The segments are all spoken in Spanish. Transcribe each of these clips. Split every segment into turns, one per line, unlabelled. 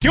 ¿Qué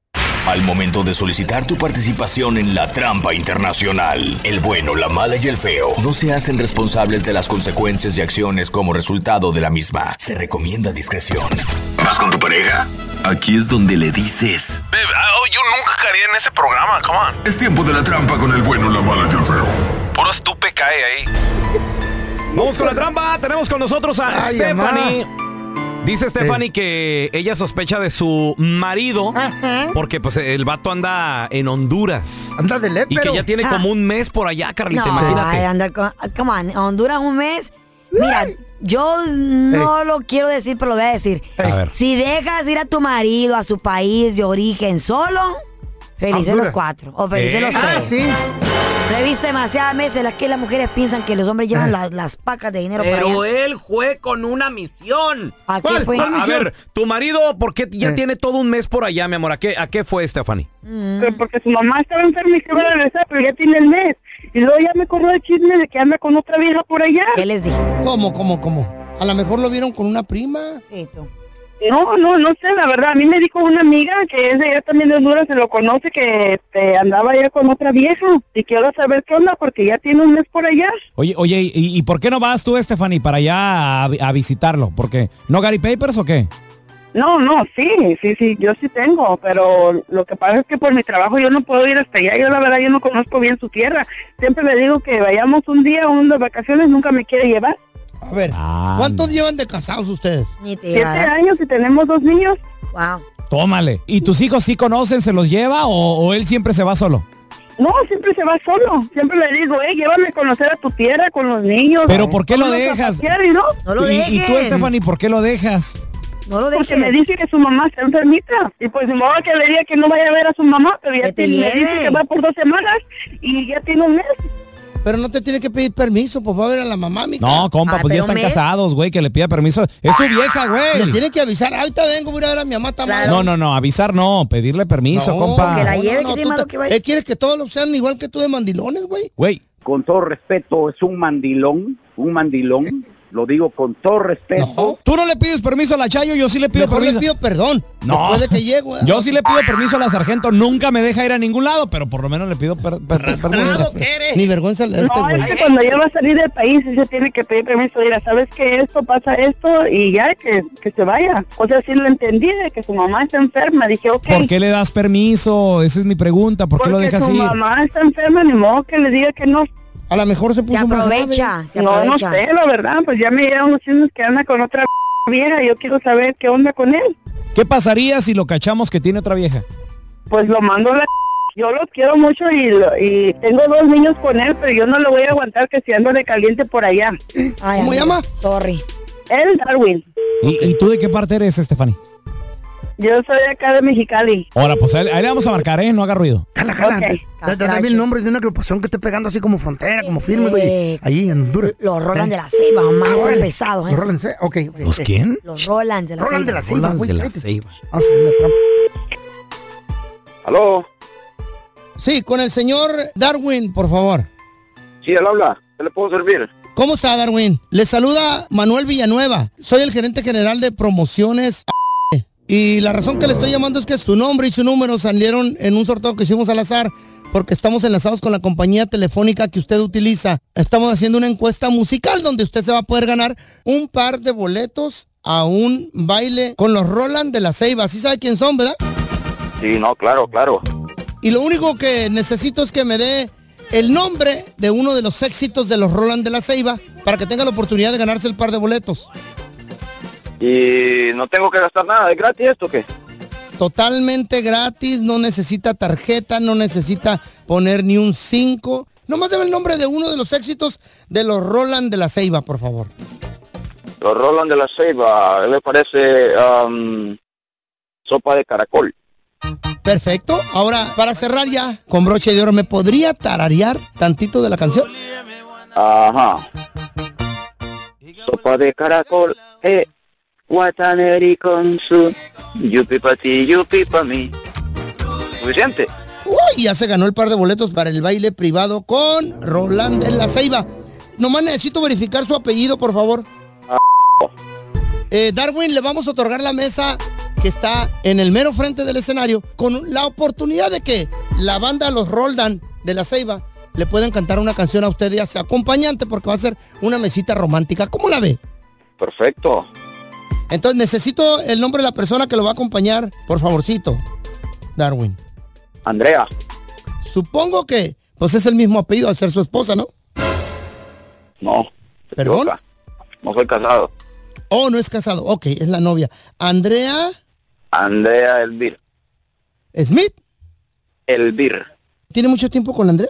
Al momento de solicitar tu participación en la trampa internacional, el bueno, la mala y el feo no se hacen responsables de las consecuencias y acciones como resultado de la misma. Se recomienda discreción.
¿Vas con tu pareja?
Aquí es donde le dices.
Babe, oh, yo nunca caería en ese programa, come on.
Es tiempo de la trampa con el bueno, la mala y el feo.
Puro estupe cae ahí.
Vamos con la trampa. Tenemos con nosotros a Ay, Stephanie. Mamá. Dice Stephanie eh. que ella sospecha de su marido Ajá. porque pues el vato anda en Honduras.
Anda de lépero.
Y que ya tiene como un mes por allá, Carlita,
no,
imagínate.
Ay, andar con, come on, Honduras un mes. Mira, yo no eh. lo quiero decir, pero lo voy a decir. Eh. A ver. Si dejas ir a tu marido a su país de origen solo, felices Honduras. los cuatro o felices los tres.
Ah, sí.
Lo he visto demasiadas veces las que las mujeres piensan que los hombres llevan eh. las, las, pacas de dinero
Pero
para allá.
él fue con una misión.
¿A qué fue?
A, a, ver, tu marido, ¿por qué ya eh. tiene todo un mes por allá, mi amor? ¿A qué, a qué fue, Stephanie?
Mm. Pero porque su mamá estaba enferma y se iba a regresar, pero ya tiene el mes. Y luego ya me corrió el chisme de que anda con otra vieja por allá.
¿Qué les dije?
¿Cómo, cómo, cómo? A lo mejor lo vieron con una prima.
Sí, tú.
No, no, no sé, la verdad. A mí me dijo una amiga que es de allá también de Honduras, se lo conoce, que este, andaba allá con otra vieja. Y quiero saber qué onda, porque ya tiene un mes por allá.
Oye, oye, ¿y, y por qué no vas tú, Stephanie, para allá a, a visitarlo? porque ¿No Gary Papers o qué?
No, no, sí, sí, sí, yo sí tengo, pero lo que pasa es que por mi trabajo yo no puedo ir hasta allá, yo la verdad yo no conozco bien su tierra. Siempre le digo que vayamos un día, un de vacaciones, nunca me quiere llevar.
A ver,
Ah.
Ah,
¿cuántos llevan de casados ustedes?
Ni te
Siete
hará.
años y tenemos dos niños.
Wow.
Tómale. ¿Y tus hijos sí conocen, se los lleva o, o él siempre se va solo?
No, siempre se va solo. Siempre le digo, eh, llévame a conocer a tu tierra con los niños.
¿Pero por qué lo dejas?
Pasear, ¿no?
no lo
¿Y,
dejes.
¿Y tú, Stephanie, por qué lo dejas?
No lo dejes.
Porque me dice que su mamá está enfermita. Y pues mi mamá que le diga que no vaya a ver a su mamá, pero ya
te
tiene- me
lleve.
dice que va por dos semanas y ya tiene un mes.
Pero no te tiene que pedir permiso, pues va a ver a la mamá, mi
No, compa,
Ah,
pues ya
pero
están
mes.
casados, güey, que le pida permiso. Es su vieja,
Le
güey.
tiene que avisar, ahorita vengo, voy a ir a ver a mi mamá está mal.
No, no, no, avisar no, pedirle permiso,
No,
compa.
que la lleve, que
tú
tiene malo
te-
que vaya.
Él quiere que todos los sean igual que tú de mandilones, güey.
Güey,
con todo respeto, es un mandilón, un mandilón Lo digo con todo respeto.
Tú no le pides permiso a la Chayo, yo sí le pido
Mejor le
permiso.
pido perdón.
No.
Después de que llego. ¿eh?
Yo sí le pido permiso a la sargento, nunca me deja ir a ningún lado, pero por lo menos le pido per- per- permiso.
Ni vergüenza le da este
No,
güey.
es que cuando ya va a salir del país, sí se tiene que pedir permiso. Mira, ¿sabes que Esto pasa esto y ya, que, que se vaya. O sea, sí lo entendí, de que su mamá está enferma. Dije, ok.
¿Por qué le das permiso? Esa es mi pregunta, ¿por qué lo
Porque
dejas
su
ir?
mamá está enferma, ni modo que le diga que no.
A lo mejor se
puso
aprovecha,
más grave.
se
No, no
aprovecha.
sé, la verdad, pues ya me llegan unos chismes que anda con otra vieja. Yo quiero saber qué onda con él.
¿Qué pasaría si lo cachamos que tiene otra vieja?
Pues lo mando a la... Yo los quiero mucho y, lo- y tengo dos niños con él, pero yo no le voy a aguantar que si ando de caliente por allá.
¿Cómo llama?
Sorry. Él, Darwin.
¿Y, y tú de qué parte eres, Estefany?
Yo soy de acá de Mexicali.
Ahora, pues ahí, ahí le vamos a marcar, ¿eh? No haga ruido.
Ah,
Da- da- Dame el nombre de una agrupación que esté pegando así como frontera, como firme,
Eh,
güey. Ahí en Honduras.
Los Roland de la Ceiba, mamá, son
Órale.
pesados,
Los
esos.
Roland de la Ceiba, ok. ok,
¿Los
ok.
quién?
Los Roland de la
Roland de
Ceiba.
la Ceiba,
Roland
güey.
de la
cállate.
Ceiba.
Vamos a hacer una trampa.
¿Aló?
Sí, con el señor Darwin, por favor.
Sí, él habla. ¿Qué le puedo servir?
¿Cómo está, Darwin? Le saluda Manuel Villanueva. Soy el gerente general de promociones. A- Y la razón que le estoy llamando es que su nombre y su número salieron en un sorteo que hicimos al azar porque estamos enlazados con la compañía telefónica que usted utiliza. Estamos haciendo una encuesta musical donde usted se va a poder ganar un par de boletos a un baile con los Roland de la Ceiba. ¿Sí sabe quién son, verdad?
Sí, no, claro, claro.
Y lo único que necesito es que me dé el nombre de uno de los éxitos de los Roland de la Ceiba para que tenga la oportunidad de ganarse el par de boletos.
Y no tengo que gastar nada. ¿Es gratis esto o qué?
Totalmente gratis, no necesita tarjeta, no necesita poner ni un 5. Nomás dame el nombre de uno de los éxitos de los Roland de la Ceiba, por favor.
Los Roland de la Ceiba. ¿Le parece am, sopa de caracol?
Perfecto. Ahora, para cerrar ya, con broche de oro, ¿me podría tararear tantito de la canción?
Ajá. Sopa de caracol. Eh. Guataneri con su. Yupi pa' ti, yupi pa' mí. ¿Suficiente?
Uy, ya se ganó el par de boletos para el baile privado con Roland de la Ceiba. Nomás necesito verificar su apellido, por favor. Eh, Darwin, le vamos a otorgar la mesa que está en el mero frente del escenario con la oportunidad de que la banda Los Roldan de la Ceiba le puedan cantar una canción a usted y a su acompañante porque va a ser una mesita romántica. ¿Cómo la ve?
Perfecto.
Entonces necesito el nombre de la persona que lo va a acompañar, por favorcito, Darwin.
Andrea.
Supongo que pues es el mismo apellido al ser su esposa, ¿no?
No. se
¿Perdón?
equivoca. No soy casado.
Oh, no es casado. Ok, es la novia. Andrea
Andrea Elvir.
Smith.
Elvir.
¿Tiene mucho tiempo con Andrea?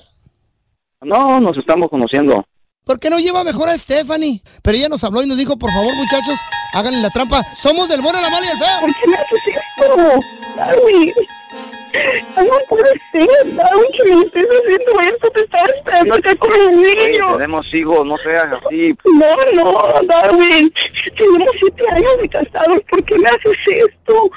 No, nos estamos conociendo.
¿Por qué no lleva mejor a Stephanie? Pero ella nos habló y nos dijo, por favor, muchachos, háganle la trampa. Somos del bueno, la mala y el feo.
¿Por qué me haces esto? Darwin. Ay, No puede ser, Darwin, que me estés haciendo esto. Te estaba esperando acá con el
Oye,
niño.
tenemos hijos, no seas así.
No, no, Darwin. Tenemos siete años de casados. ¿Por qué me haces esto?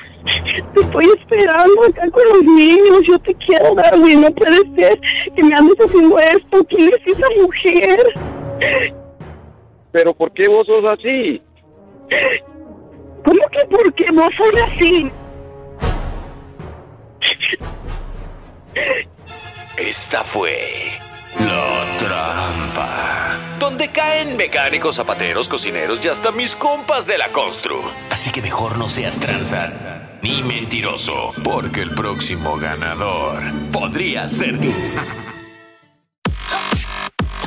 Te estoy esperando acá con los niños. Yo te quiero, Darwin. No puede ser que me andes haciendo esto. ¿Quién es esa mujer?
Pero ¿por qué vos sos así?
¿Cómo que por qué vos sos así?
Esta fue la trampa. Donde caen mecánicos, zapateros, cocineros y hasta mis compas de la constru. Así que mejor no seas tranza ni mentiroso, porque el próximo ganador podría ser tú.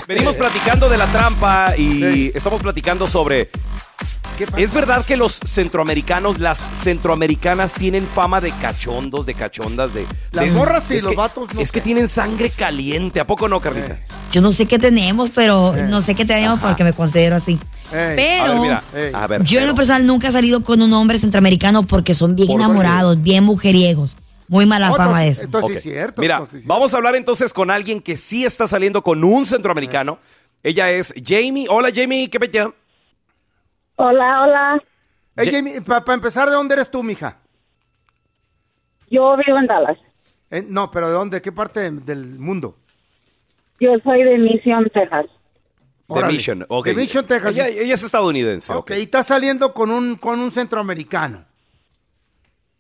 Venimos platicando de la trampa y estamos platicando sobre. ¿Es verdad que los centroamericanos, las centroamericanas tienen fama de cachondos, de cachondas, de.
Las
de-
morras y
es
los
que-
vatos no
Es que tienen sangre caliente, ¿a poco no, Carlita?
Yo no sé qué tenemos, pero no sé qué tenemos porque me considero así.
a ver,
Pero
mira, a ver.
yo en
pero-
lo personal nunca he salido con un hombre centroamericano porque son bien enamorados, bien mujeriegos. Muy
Oh,
mala fama de eso.
Ok. Mira, vamos a hablar entonces con alguien que sí está saliendo con un centroamericano. Ella es Jamie. Hola, Jamie, ¿qué pecha?
Hola, hola. Hey, Jamie, para empezar, ¿de dónde eres tú, mija?
Yo vivo en Dallas.
Eh, no, pero ¿de dónde? ¿Qué parte de- del mundo?
Yo soy de Mission, Texas.
Órale.
Mission, ok.
The Mission, Texas.
Ella, ella es estadounidense.
Ah,
Ok, y está saliendo con un, con un centroamericano.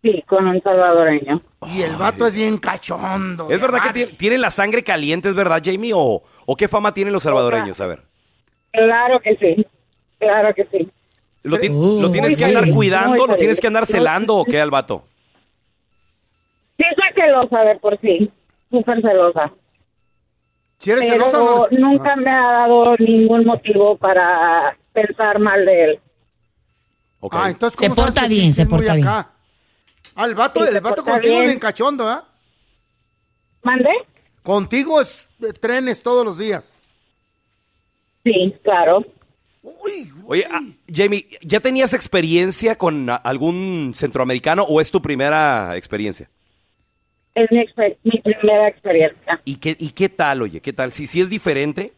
Sí, con un salvadoreño.
Y el vato es bien cachondo.
¿Es verdad que tiene, tiene la sangre caliente, es verdad, Jamie? ¿O, o qué fama tienen los salvadoreños? A ver.
Claro que sí. Claro que sí.
¿Lo, ti-
Oh.
lo tienes que andar
Muy
cuidando? ¿Lo
feliz.
tienes que andar celando o qué al vato?
Sí, soy celosa de por sí. Súper celosa.
Si eres
Pero
celosa, no- Ah.
nunca me ha dado ningún motivo para pensar mal de él.
Ah, entonces,
Se
¿cómo sabes
porta
que
bien,
es
se
muy
porta bien.
acá? Ah, el vato,
Sí,
el
se
vato
porta
contigo es
bien.
bien cachondo, ¿ah?
¿Mandé?
Contigo es eh, trenes todos los días.
Sí, claro.
Oye, ah, Jamie, ¿ya tenías experiencia con a- algún centroamericano o es tu primera experiencia?
Es mi, exper- mi primera experiencia.
¿Y qué, y qué tal, oye? ¿Qué tal? Si, si es diferente,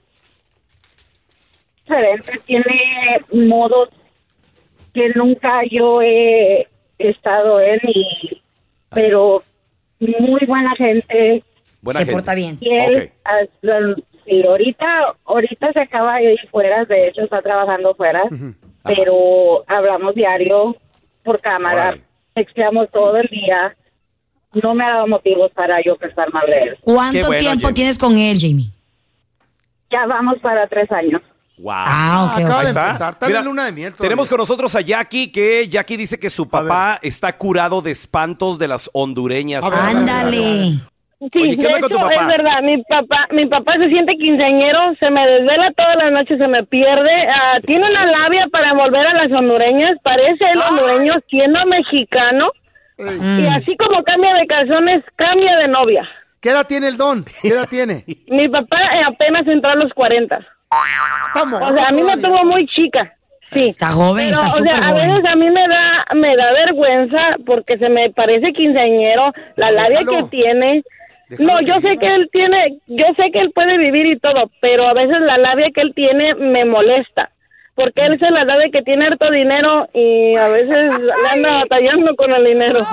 Diferente, tiene modos que nunca yo he estado en y pero muy buena gente.
Buena Se gente. porta bien.
Y él,
Ok.
hasta- sí, ahorita, ahorita se acaba de ir fuera, de hecho está trabajando fuera, pero hablamos diario por cámara, texteamos todo el día. No me ha dado motivos para yo pensar mal de él.
¿Cuánto tiempo tienes con él, Jamie?
Ya vamos para tres años.
Wow.
Ah, ok,
Acaba
ok.
de empezar, está en
Mira,
luna de miel todavía.
Tenemos con nosotros a Jackie, que Jackie dice que su papá está curado de espantos de las hondureñas.
Ándale.
Sí,
Oye, ¿qué onda
de
con tu
hecho,
papá?
es verdad, mi papá, mi papá se siente quinceañero, se me desvela todas las noches, se me pierde, ah, tiene una labia para envolver a las hondureñas, parece el
Ah.
hondureño siendo mexicano, y así como cambia de calzones, cambia de novia.
Mm. ¿Qué edad tiene el don? ¿Qué edad tiene?
Mi papá eh, apenas entró a los 40. O sea, a mí me tuvo muy chica. Sí. Está
joven, está
O sea,
súper
a
joven.
veces a mí me da, me da vergüenza porque se me parece quinceañero, la labia que tiene. no, yo sé que él tiene, yo sé que él puede vivir y todo, pero a veces la labia que él tiene me molesta. Porque él se la da de que tiene harto dinero y a veces le anda batallando con el dinero.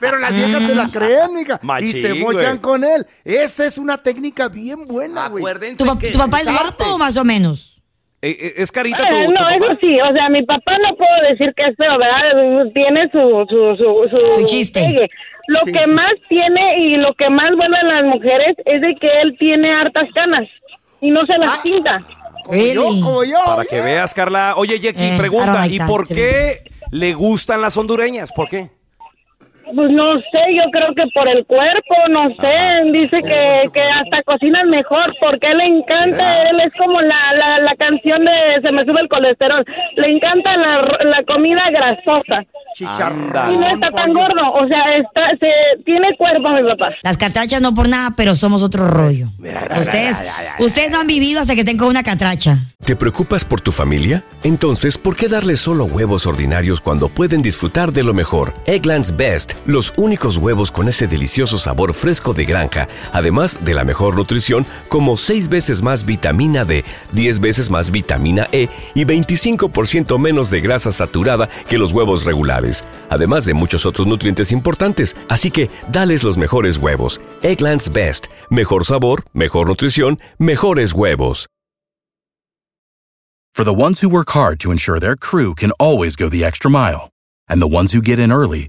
Pero las viejas se
Mm.
la creen, mija. Y
Machín,
se
güey. Ah,
mochan con él. Esa es una técnica bien buena, güey.
¿Tu, pap- tu papá es guapo, más o menos?
Eh, eh, es carita tu,
Eh,
tu
no,
papá.
eso sí, o sea, mi papá no puedo decir que es feo, ¿verdad? Tiene su... Su, su, su,
chiste.
pegue. Lo
Sí.
que más tiene y lo que más bueno en las mujeres es de que él tiene hartas canas y no se las pinta.
Para que veas, Carla. Oye, Jackie,
Eh, I don't
pregunta,
like
¿y
that,
por
sí.
qué le gustan las hondureñas? ¿Por qué?
Pues no sé, yo creo que por el cuerpo, no sé, dice que, que hasta cocinan mejor, porque a él le encanta, él es como la, la, la canción de Se me sube el colesterol, le encanta la, r- la comida grasosa.
Chicharrón,
Y no está tan gordo, o sea, está, se, tiene cuerpo mi papá.
Las catrachas no por nada, pero somos otro rollo. Ustedes, ustedes no han vivido hasta que tengo una catracha.
¿Te preocupas por tu familia? Entonces, ¿por qué darles solo huevos ordinarios cuando pueden disfrutar de lo mejor? Eggland's Best, los únicos huevos con ese delicioso sabor fresco de granja, además de la mejor nutrición, como 6 veces más vitamina D, 10 veces más vitamina E y 25% menos de grasa saturada que los huevos regulares, además de muchos otros nutrientes importantes. Así que, dales los mejores huevos. Eggland's Best, mejor sabor, mejor nutrición, mejores huevos.
For the ones who work hard to ensure their crew can always go the extra mile, and the ones who get in early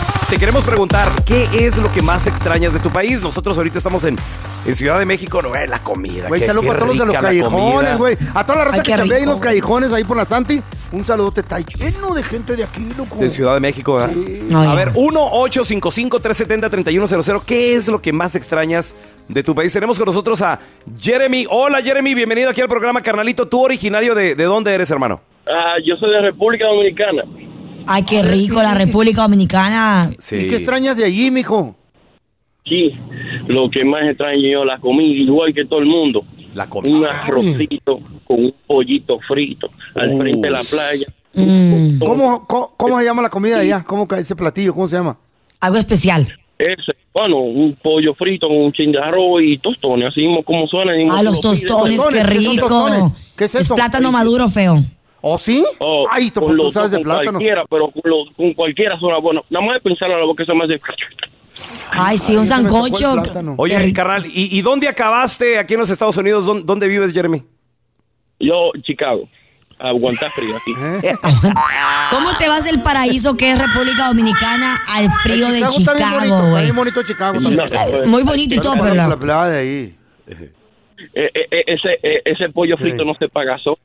te queremos preguntar, ¿qué es lo que más extrañas de tu país? Nosotros ahorita estamos en, en Ciudad de México, no, eh, la comida.
Güey,
qué-
saludos
qué
a todos los de los
rica la comida.
callejones, güey. A toda la raza
Ay,
que
qué
chambea ahí en
rico.
los callejones, ahí por la Santi. Un saludote, está lleno de gente de aquí, loco.
De Ciudad de México, ¿verdad? A ver, 1-855-370-3100. ¿Qué es lo que más extrañas de tu país? Tenemos con nosotros a Jeremy. Hola, Jeremy. Bienvenido aquí al programa, carnalito. ¿Tú originario de, de dónde eres, hermano?
Ah, yo soy de República Dominicana.
Ay, qué rico, la República Dominicana.
Sí.
¿Y qué extrañas de allí, mijo?
Aquí, lo que más extraño yo, la comida, igual que todo el mundo.
La
comida. Un arrocito con un pollito frito al frente de la playa.
Mm.
¿Cómo, cómo, cómo
Eh,
se llama la comida de allá? ¿Cómo ca- ese platillo? ¿Cómo se llama?
Algo especial.
Eso, bueno, un pollo frito con un chin de arroz y tostones, así mismo como suena. así mismo
A Ah, los
como pide.
tostones, qué rico. es plátano maduro feo.
¿O sí?
Oh,
Ay,
con
tú
los-
sabes de
con
plátano.
cualquiera, pero con, los- con cualquiera suena bueno. Nada más de pensar a la boca, eso me hace...
Ay, sí, un sancocho.
Oye, carnal, ¿y, y dónde acabaste aquí en los Estados Unidos? ¿Dónde, dónde vives, Jeremy?
Yo, Chicago. Aguanta frío aquí.
¿Cómo te vas del paraíso que es República Dominicana al frío de
Chicago está bien bonito, está
Chicago, güey?
bien bonito
Ah,
Chicago
pues,
Sí,
también.
eh,
claro. Muy bonito y todo, pero la-
La playa de ahí.
Eh, eh, eh, ese, eh, ese pollo frito no se paga solo.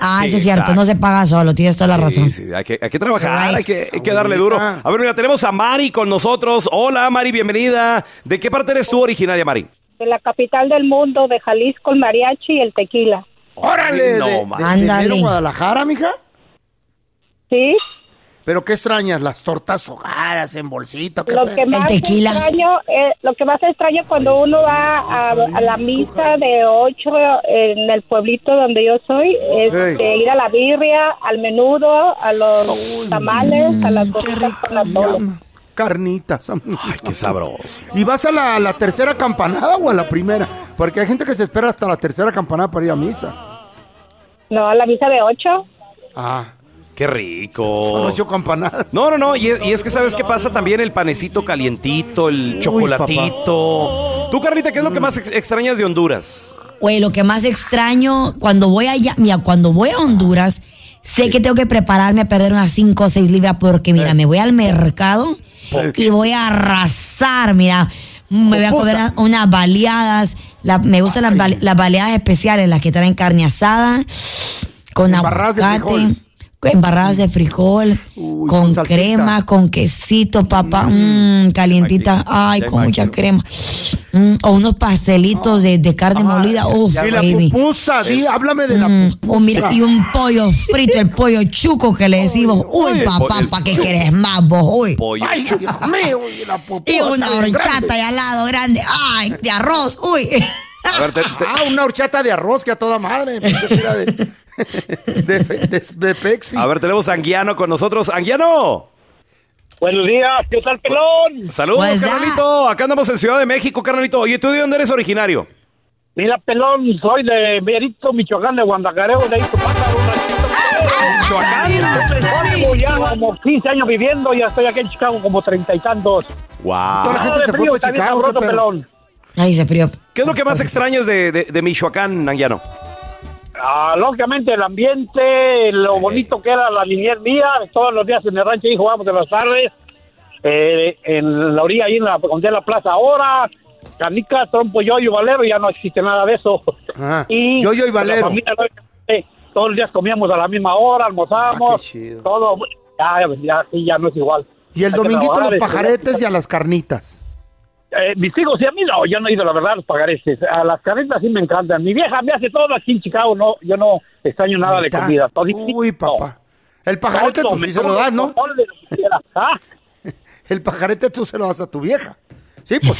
Ah, eso
Sí,
es cierto,
exacto.
no se paga solo, tienes toda la razón.
Sí, sí, hay que, hay que trabajar,
Ay,
hay que, hay que darle duro. A ver, mira, tenemos a Mari con nosotros. Hola, Mari, bienvenida. ¿De qué parte eres tú originaria, Mari?
de la capital del mundo, de Jalisco, el mariachi y el tequila.
¡Órale!
No,
de- de,
man.
de
Ándale.
mero Guadalajara, mija?
Sí.
¿Pero qué extrañas? Las tortas hogadas en bolsita. ¿qué
Lo
pedo?
que más extraño, eh, lo que más extraño cuando uno va a, a la misa de ocho en el pueblito donde yo soy, es
Hey.
de ir a la birria, al menudo, a los tamales, a las gorditas con atole.
Carnitas.
Ay, qué sabroso.
¿Y vas a la, la tercera campanada o a la primera? Porque hay gente que se espera hasta la tercera campanada para ir a misa.
No, a la misa de ocho.
Ah,
Qué rico.
son ocho campanadas.
No, no, no. Y es, y es que sabes qué pasa también el panecito calientito, el chocolatito. Tú, Carlita, ¿qué es lo que más ex- extrañas de Honduras?
Güey, lo que más extraño cuando voy allá, mira, cuando voy a Honduras, sé que tengo que prepararme a perder unas 5 o 6 libras porque, mira, me voy al mercado y voy a arrasar, mira. Me voy a comer
Puta.
unas baleadas. la- me gustan las, bale- las baleadas especiales, las que traen carne asada, con
Embarradas de
aguacate,
frijol.
embarradas de frijol, con crema, con quesito, papá, mm, calientita, ay,
Ya
con mucha
imagino. Ah.
crema. Mm, o unos pastelitos de, de carne molida. Uf,
y la
baby.
pupusa, di, háblame de la
Mm,
pupusa.
o mira, y un pollo frito, el pollo chuco que le decimos. Uy,
el
papá,
pollo
¿para qué
chuco.
querés más vos hoy?
Ay, Dios mío, y la pupusa.
Y una
grande.
horchata de alado grande.
Ah.
Ay, de arroz. Uy.
Ah, una horchata de arroz que a toda madre. pensé que era de, de, fe- de- de pexi.
A ver, tenemos a Anguiano con nosotros. ¡Anguiano!
Buenos días, ¿qué tal, pelón?
Pues,
Saludos,
What's up?
ah.
carnalito. Acá andamos en Ciudad de México, carnalito. Oye, ¿tú de dónde eres originario?
Mira, pelón, soy de Mérito, Michoacán, de Guandacareo, de ahí tu Michoacán. Ya como 15 años viviendo, ya estoy aquí en Chicago como treinta y tantos.
¡Wow!
Toda la gente se fue para Chicago, qué pedo.
Ay, se frío.
¿Qué es lo que más extrañas de, de- de Michoacán, Anguiano?
Ah, lógicamente el ambiente, lo bonito que era la niñez mía, todos los días en el rancho ahí jugábamos de las tardes, eh, en la orilla ahí en la, donde es la plaza ahora, canica, trompo, yoyo y valero, ya no existe nada de eso. y
Ah, yoyo y
la
valero.
familia, lógicamente, todos los días comíamos a la misma hora,
Ah,
almorzábamos, todo, ya, ya, sí, ya no es igual.
Y el
Hay que
dominguito a
trabajar,
los
estudiar,
pajaretes y a las carnitas.
eh, mis hijos y a mí no, yo no he ido, la verdad, a los pagareces. A las carretas sí me encantan. Mi vieja me hace todo aquí en Chicago, no, yo no extraño nada de
¿Neta?
comida.
Uy, papá. El pajarete tú sí pues, se lo das, ¿no? El pajarete tú se lo das a tu vieja. Sí, pues.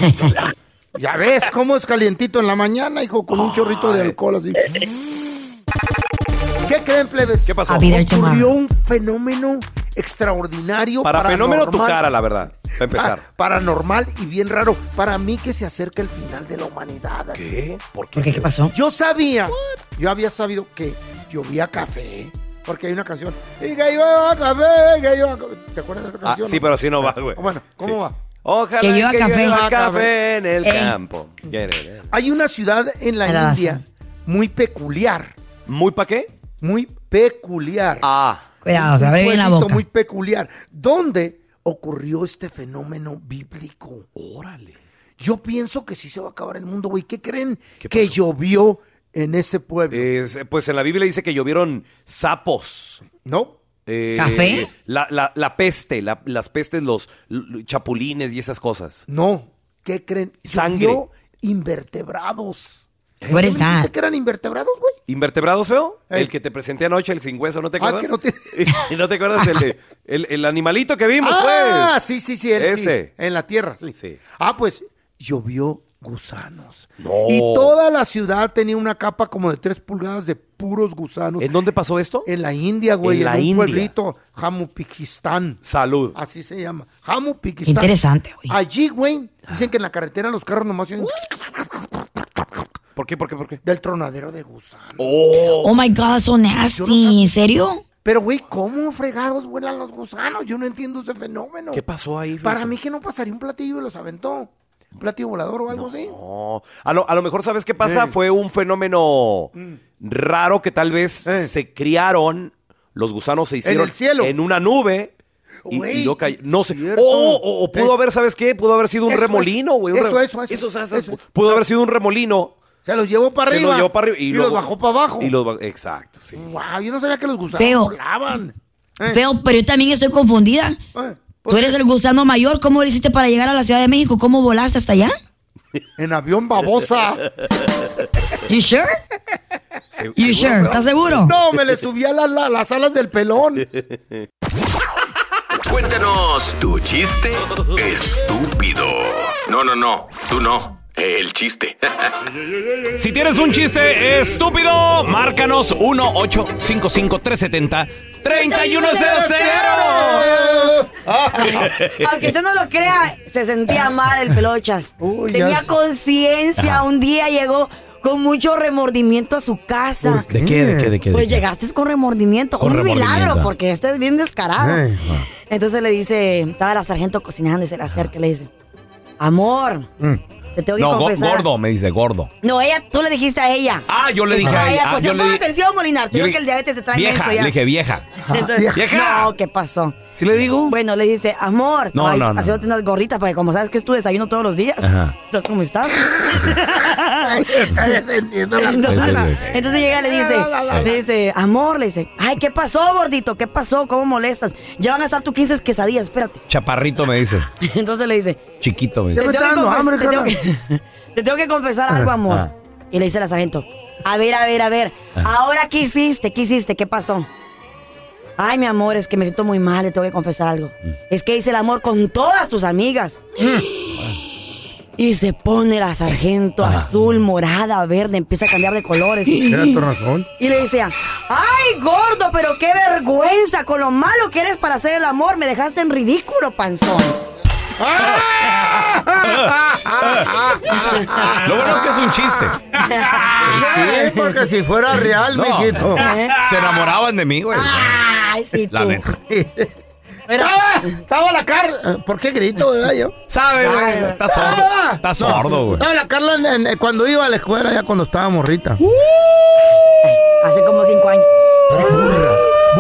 ya ves cómo es calientito en la mañana, hijo, con un chorrito de alcohol así. ¿Qué creen, plebes? ¿Qué
pasó?
Ocurrió un fenómeno extraordinario.
Para fenómeno tu
paranormal.
cara, la verdad. Para empezar.
Ah, paranormal y bien raro. Para mí que se acerca el final de la humanidad. ¿eh?
¿Qué? ¿Por
qué? ¿Qué pasó?
Yo sabía, yo había sabido que llovía café. Porque hay una canción. Y que llueva café, que llueva café. ¿Te acuerdas de esa
Ah,
canción?
sí,
no?
pero así no va, güey.
Bueno, ¿cómo va?
Ojalá
Que llueva café.
llueva
Ah,
café
café.
en el
Ey.
campo. Ya, ya, ya.
Hay una ciudad en la,
A la
India muy peculiar.
¿Muy pa' qué?
Muy peculiar.
Ah.
Cuidado, abre bien la boca.
muy peculiar. Donde ocurrió este fenómeno bíblico. Órale. Yo pienso que sí se va a acabar el mundo, güey. ¿Qué creen? que llovió en ese pueblo.
Es, pues en la Biblia dice que llovieron sapos.
¿No?
¿Café? La, la- la peste, la- las pestes, los l- chapulines y esas cosas.
No. ¿Qué creen?
Sangre.
Llovió invertebrados.
What is that?
¿Qué eran invertebrados, güey?
¿Invertebrados, feo? El que te presenté anoche, el sin hueso, ¿no te
Ah,
acuerdas?
que no tiene-
¿Y no te acuerdas el, de- el, el animalito que vimos,
ah,
pues?
sí, sí, sí. él sí,
Ese.
en la tierra, sí. Ah, pues llovió gusanos.
No.
Y toda la ciudad tenía una capa como de tres pulgadas de puros gusanos. ¿En
dónde pasó esto?
En la India, güey. En,
En la
un
India.
pueblito, Jamupikistán.
Salud.
Así se llama. Jamupikistán.
Interesante,
güey. Allí, güey,
Ah.
dicen que en la carretera los carros nomás oyen
¿Por qué, por qué, por qué?
del tronadero de gusanos.
Oh.
Oh my God, so nasty. ¿En serio?
Pero, güey, ¿cómo fregados vuelan los gusanos? Yo no entiendo ese fenómeno.
¿Qué pasó ahí? feo?
Para mí que no pasaría un platillo y los aventó. ¿Un platillo volador o algo así?
No. Oh, A lo, a lo mejor, ¿sabes qué pasa? Fue un fenómeno
Mm.
raro que tal vez se criaron, los gusanos se hicieron
el cielo.
en una nube. Y, y
Güey,
no cay- no sé. O, o- o pudo
Eh.
haber, ¿sabes qué? Pudo haber sido un
Eso es,
remolino, güey. un
Eso,
re-
eso, eso.
Eso, o sea,
Eso es.
Pudo haber sido un remolino.
Se los llevó para
se
arriba.
los llevó para arriba y,
y
luego-
los bajó para abajo.
Y los ba- Exacto, sí.
Guau, yo no sabía que los gusanos eh.
Feo.
volaban.
Feo, pero yo también estoy confundida. Tú eres el gusano mayor. ¿Cómo lo hiciste para llegar a la Ciudad de México? ¿Cómo volaste hasta allá?
eh, En avión babosa.
You sure? You sure? ¿Estás seguro?
No, me le subí a la- la- las alas del pelón.
Cuéntanos tu chiste estúpido. No, no, no, tú no. El chiste.
Si tienes un chiste estúpido, márcanos 1-855-370-3100.
Aunque usted no lo crea, se sentía mal el pelochas. Tenía
ya.
conciencia.
Ajá.
Un día llegó con mucho remordimiento a su casa.
¿De qué, de qué, de qué, de
Pues
qué?
llegaste con remordimiento.
Con
un milagro,
remordimiento.
porque este es bien descarado. Entonces le dice, estaba la sargento cocinando y se le acerca y le dice, amor,
Mm.
te tengo que
No, go-
confesar.
gordo, me dice gordo.
No, ella, tú le dijiste a ella.
Ah, yo le
Pues,
dije
no,
a ella. Ah,
pues,
yo
pon
le di-
atención, Molinar. Te
yo
digo
le-
que el diabetes te trae menso
Vieja,
ya.
le dije vieja.
Entonces,
¡Vieja!
Ah, No, ¿qué pasó?
¿Sí le digo?
Bueno, le dice, amor,
No,
no,
no, no.
haciéndote unas gorritas, porque como sabes que es tu desayuno todos los días,
Ajá.
estás como estás.
Está defendiendo la-
entonces,
Sí, sí, sí.
entonces llega y le dice, le dice, amor, le dice, ay, ¿qué pasó, gordito? ¿Qué pasó? ¿Cómo molestas? Ya van a estar tus 15 quesadillas, espérate.
Chaparrito me dice.
Entonces le dice,
Chiquito me
te
dice.
tengo, que confes- te tengo que- te tengo que confesar algo, amor.
Ah.
Y le dice la sargento, a ver, a ver, a ver, ahora qué hiciste, qué hiciste, qué pasó. Ay, mi amor, es que me siento muy mal, le tengo que confesar algo.
Mm.
Es que hice el amor con todas tus amigas. Y se pone la sargento
Ah.
azul, morada, verde, empieza a cambiar de colores.
Era tu razón.
Y le decía, ay, gordo, pero qué vergüenza, con lo malo que eres para hacer el amor, me dejaste en ridículo, panzón.
Ah. Ah. Lo bueno que es un chiste.
Sí, porque si fuera real,
No.
mijito.
Se enamoraban de mí, güey.
Ay, ¿Eh? Ah, sí,
La neta.
¡Estaba, Ah, estaba la Carla! ¿Por qué grito, verdad, yo?
Sabe, güey, está sordo.
Estaba-
Está sordo, güey.
Estaba la Carla en- en- cuando iba a la escuela, ya cuando estaba morrita.
Hace como cinco años.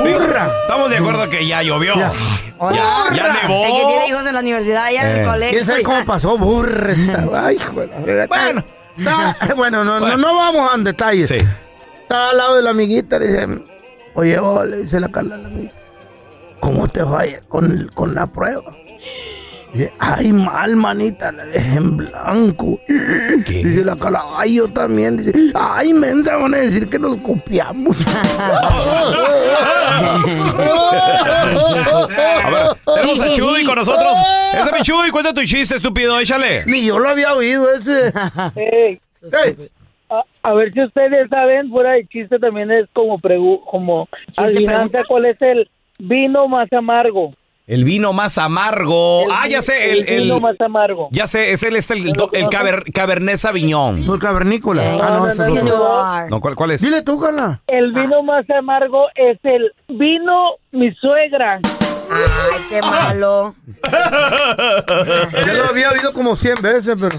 ¡Burra!
Estamos de acuerdo que ya llovió. Ya, ya, nevó.
El que tiene hijos en la universidad, allá en el
Eh.
colegio.
¿Quién sabe cómo pasó? Burra esta. Ay, hijo de la fregada. Bueno, está- bueno, no, no, no vamos a detalles. Estaba al lado de la amiguita, le dice, oye, oh", le dice la Carla a la amiguita, ¿cómo te vaya con, con la prueba? Dice, ay, mal, manita, la dejé en blanco. Dice la Carla, ay, yo también. Dice, ay, mensa, van a decir que nos copiamos.
A ver, tenemos a Chuy con nosotros. Ese es mi Chuy, cuenta tu chiste, estúpido, échale.
Ni yo lo había oído ese.
Ey, ey, a, a ver si ustedes saben, fuera de chiste también es como pregu- como adivinanza cuál es el vino más amargo.
El vino más amargo. ah, ya sé, el, el-
vino más amargo.
ya sé, es el, es el, el caber- Cabernet Sauvignon.
No, el cavernícola.
Ah,
no, ese es otro.
No, ¿cuál, cuál es?
Dile tú, Carla.
El vino más amargo es el vino mi suegra.
Ay,
Ah.
qué malo.
Ya lo había oído como 100 veces, pero...